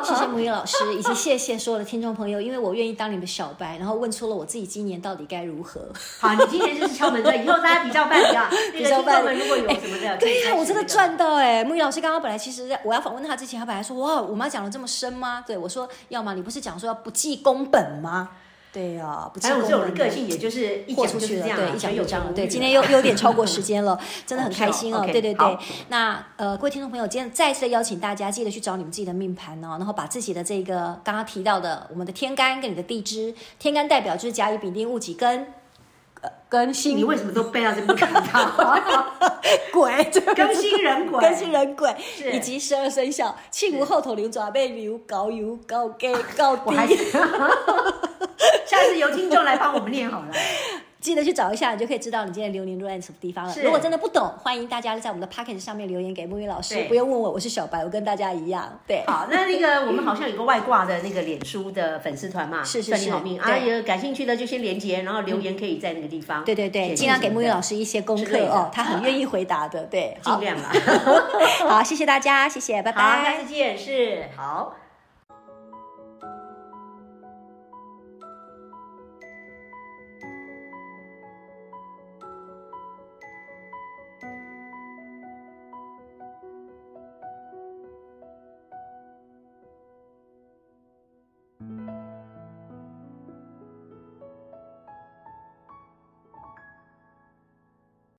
Speaker 1: 谢谢母语老师，以及谢谢所有的听众朋友，因为我愿意当你们的小白，然后问出了我自己今年到底该如何。
Speaker 2: 好，你今年就是敲门砖，以后大家比较办比较，那
Speaker 1: 比
Speaker 2: 个
Speaker 1: 较
Speaker 2: 听
Speaker 1: 办
Speaker 2: 众们如果有什么的，
Speaker 1: 对
Speaker 2: 呀、
Speaker 1: 呀、我真的。赚到哎、木鱼老师刚刚本来其实在我要访问他之前，他本来说哇，我妈讲的这么深吗？对我说，要么你不是讲说要不计工本吗？对呀、不计
Speaker 2: 还有
Speaker 1: 工
Speaker 2: 哎我这
Speaker 1: 本。
Speaker 2: 种人个性，也就是一
Speaker 1: 豁
Speaker 2: 讲
Speaker 1: 出
Speaker 2: 就
Speaker 1: 去
Speaker 2: 是
Speaker 1: 了，
Speaker 2: 这样啊，
Speaker 1: 对，一讲
Speaker 2: 没
Speaker 1: 就
Speaker 2: 有
Speaker 1: 这
Speaker 2: 张
Speaker 1: 样。
Speaker 2: 无
Speaker 1: 对，
Speaker 2: 欲
Speaker 1: 今
Speaker 2: 了
Speaker 1: 天又又有点超过时间
Speaker 2: *laughs*
Speaker 1: 了，真的很开心哦。
Speaker 2: OK，
Speaker 1: 对对对
Speaker 2: 好，
Speaker 1: 那呃，各位听众朋友，今天再次的邀请大家，记得去找你们自己的命盘哦，然后把自己的这个刚刚提到的我们的天干跟你的地支，天干代表就是甲乙丙丁戊己庚。呃跟
Speaker 2: 你
Speaker 1: 新
Speaker 2: 为什么都背到这边看到？
Speaker 1: *laughs*
Speaker 2: *laughs*
Speaker 1: 鬼，这个
Speaker 2: 更新
Speaker 1: *laughs*
Speaker 2: 人鬼，
Speaker 1: 更新人鬼
Speaker 2: 是，
Speaker 1: 以及十二生肖，气无后头牛爪被牛搞油搞 gay *laughs* 搞
Speaker 2: 我还是
Speaker 1: 低，
Speaker 2: 下次由听众来帮我们念好
Speaker 1: *laughs*
Speaker 2: 了。
Speaker 1: 记得去找一下，你就可以知道你今天流年落在什么地方了。
Speaker 2: 是
Speaker 1: 如果真的不懂，欢迎大家在我们的 p a c k a g e 上面留言给木鱼老师
Speaker 2: 对，
Speaker 1: 不用问我，我是小白，我跟大家一样，对，
Speaker 2: 好，那那个我们好像有个外挂的那个脸书的粉丝团嘛，
Speaker 1: 是是
Speaker 2: 算你
Speaker 1: 是
Speaker 2: 好命啊，
Speaker 1: 对
Speaker 2: 有感兴趣的就先连接，然后留言可以在那个地方。
Speaker 1: 对对对，尽量给木鱼老师一些功
Speaker 2: 之
Speaker 1: 课
Speaker 2: 类的
Speaker 1: 哦，他很愿意回答的，对，
Speaker 2: *laughs* 尽
Speaker 1: 好，
Speaker 2: 量啦。
Speaker 1: 好，谢谢大家，谢谢，拜
Speaker 2: 好，
Speaker 1: 拜
Speaker 2: 下。次见，是好。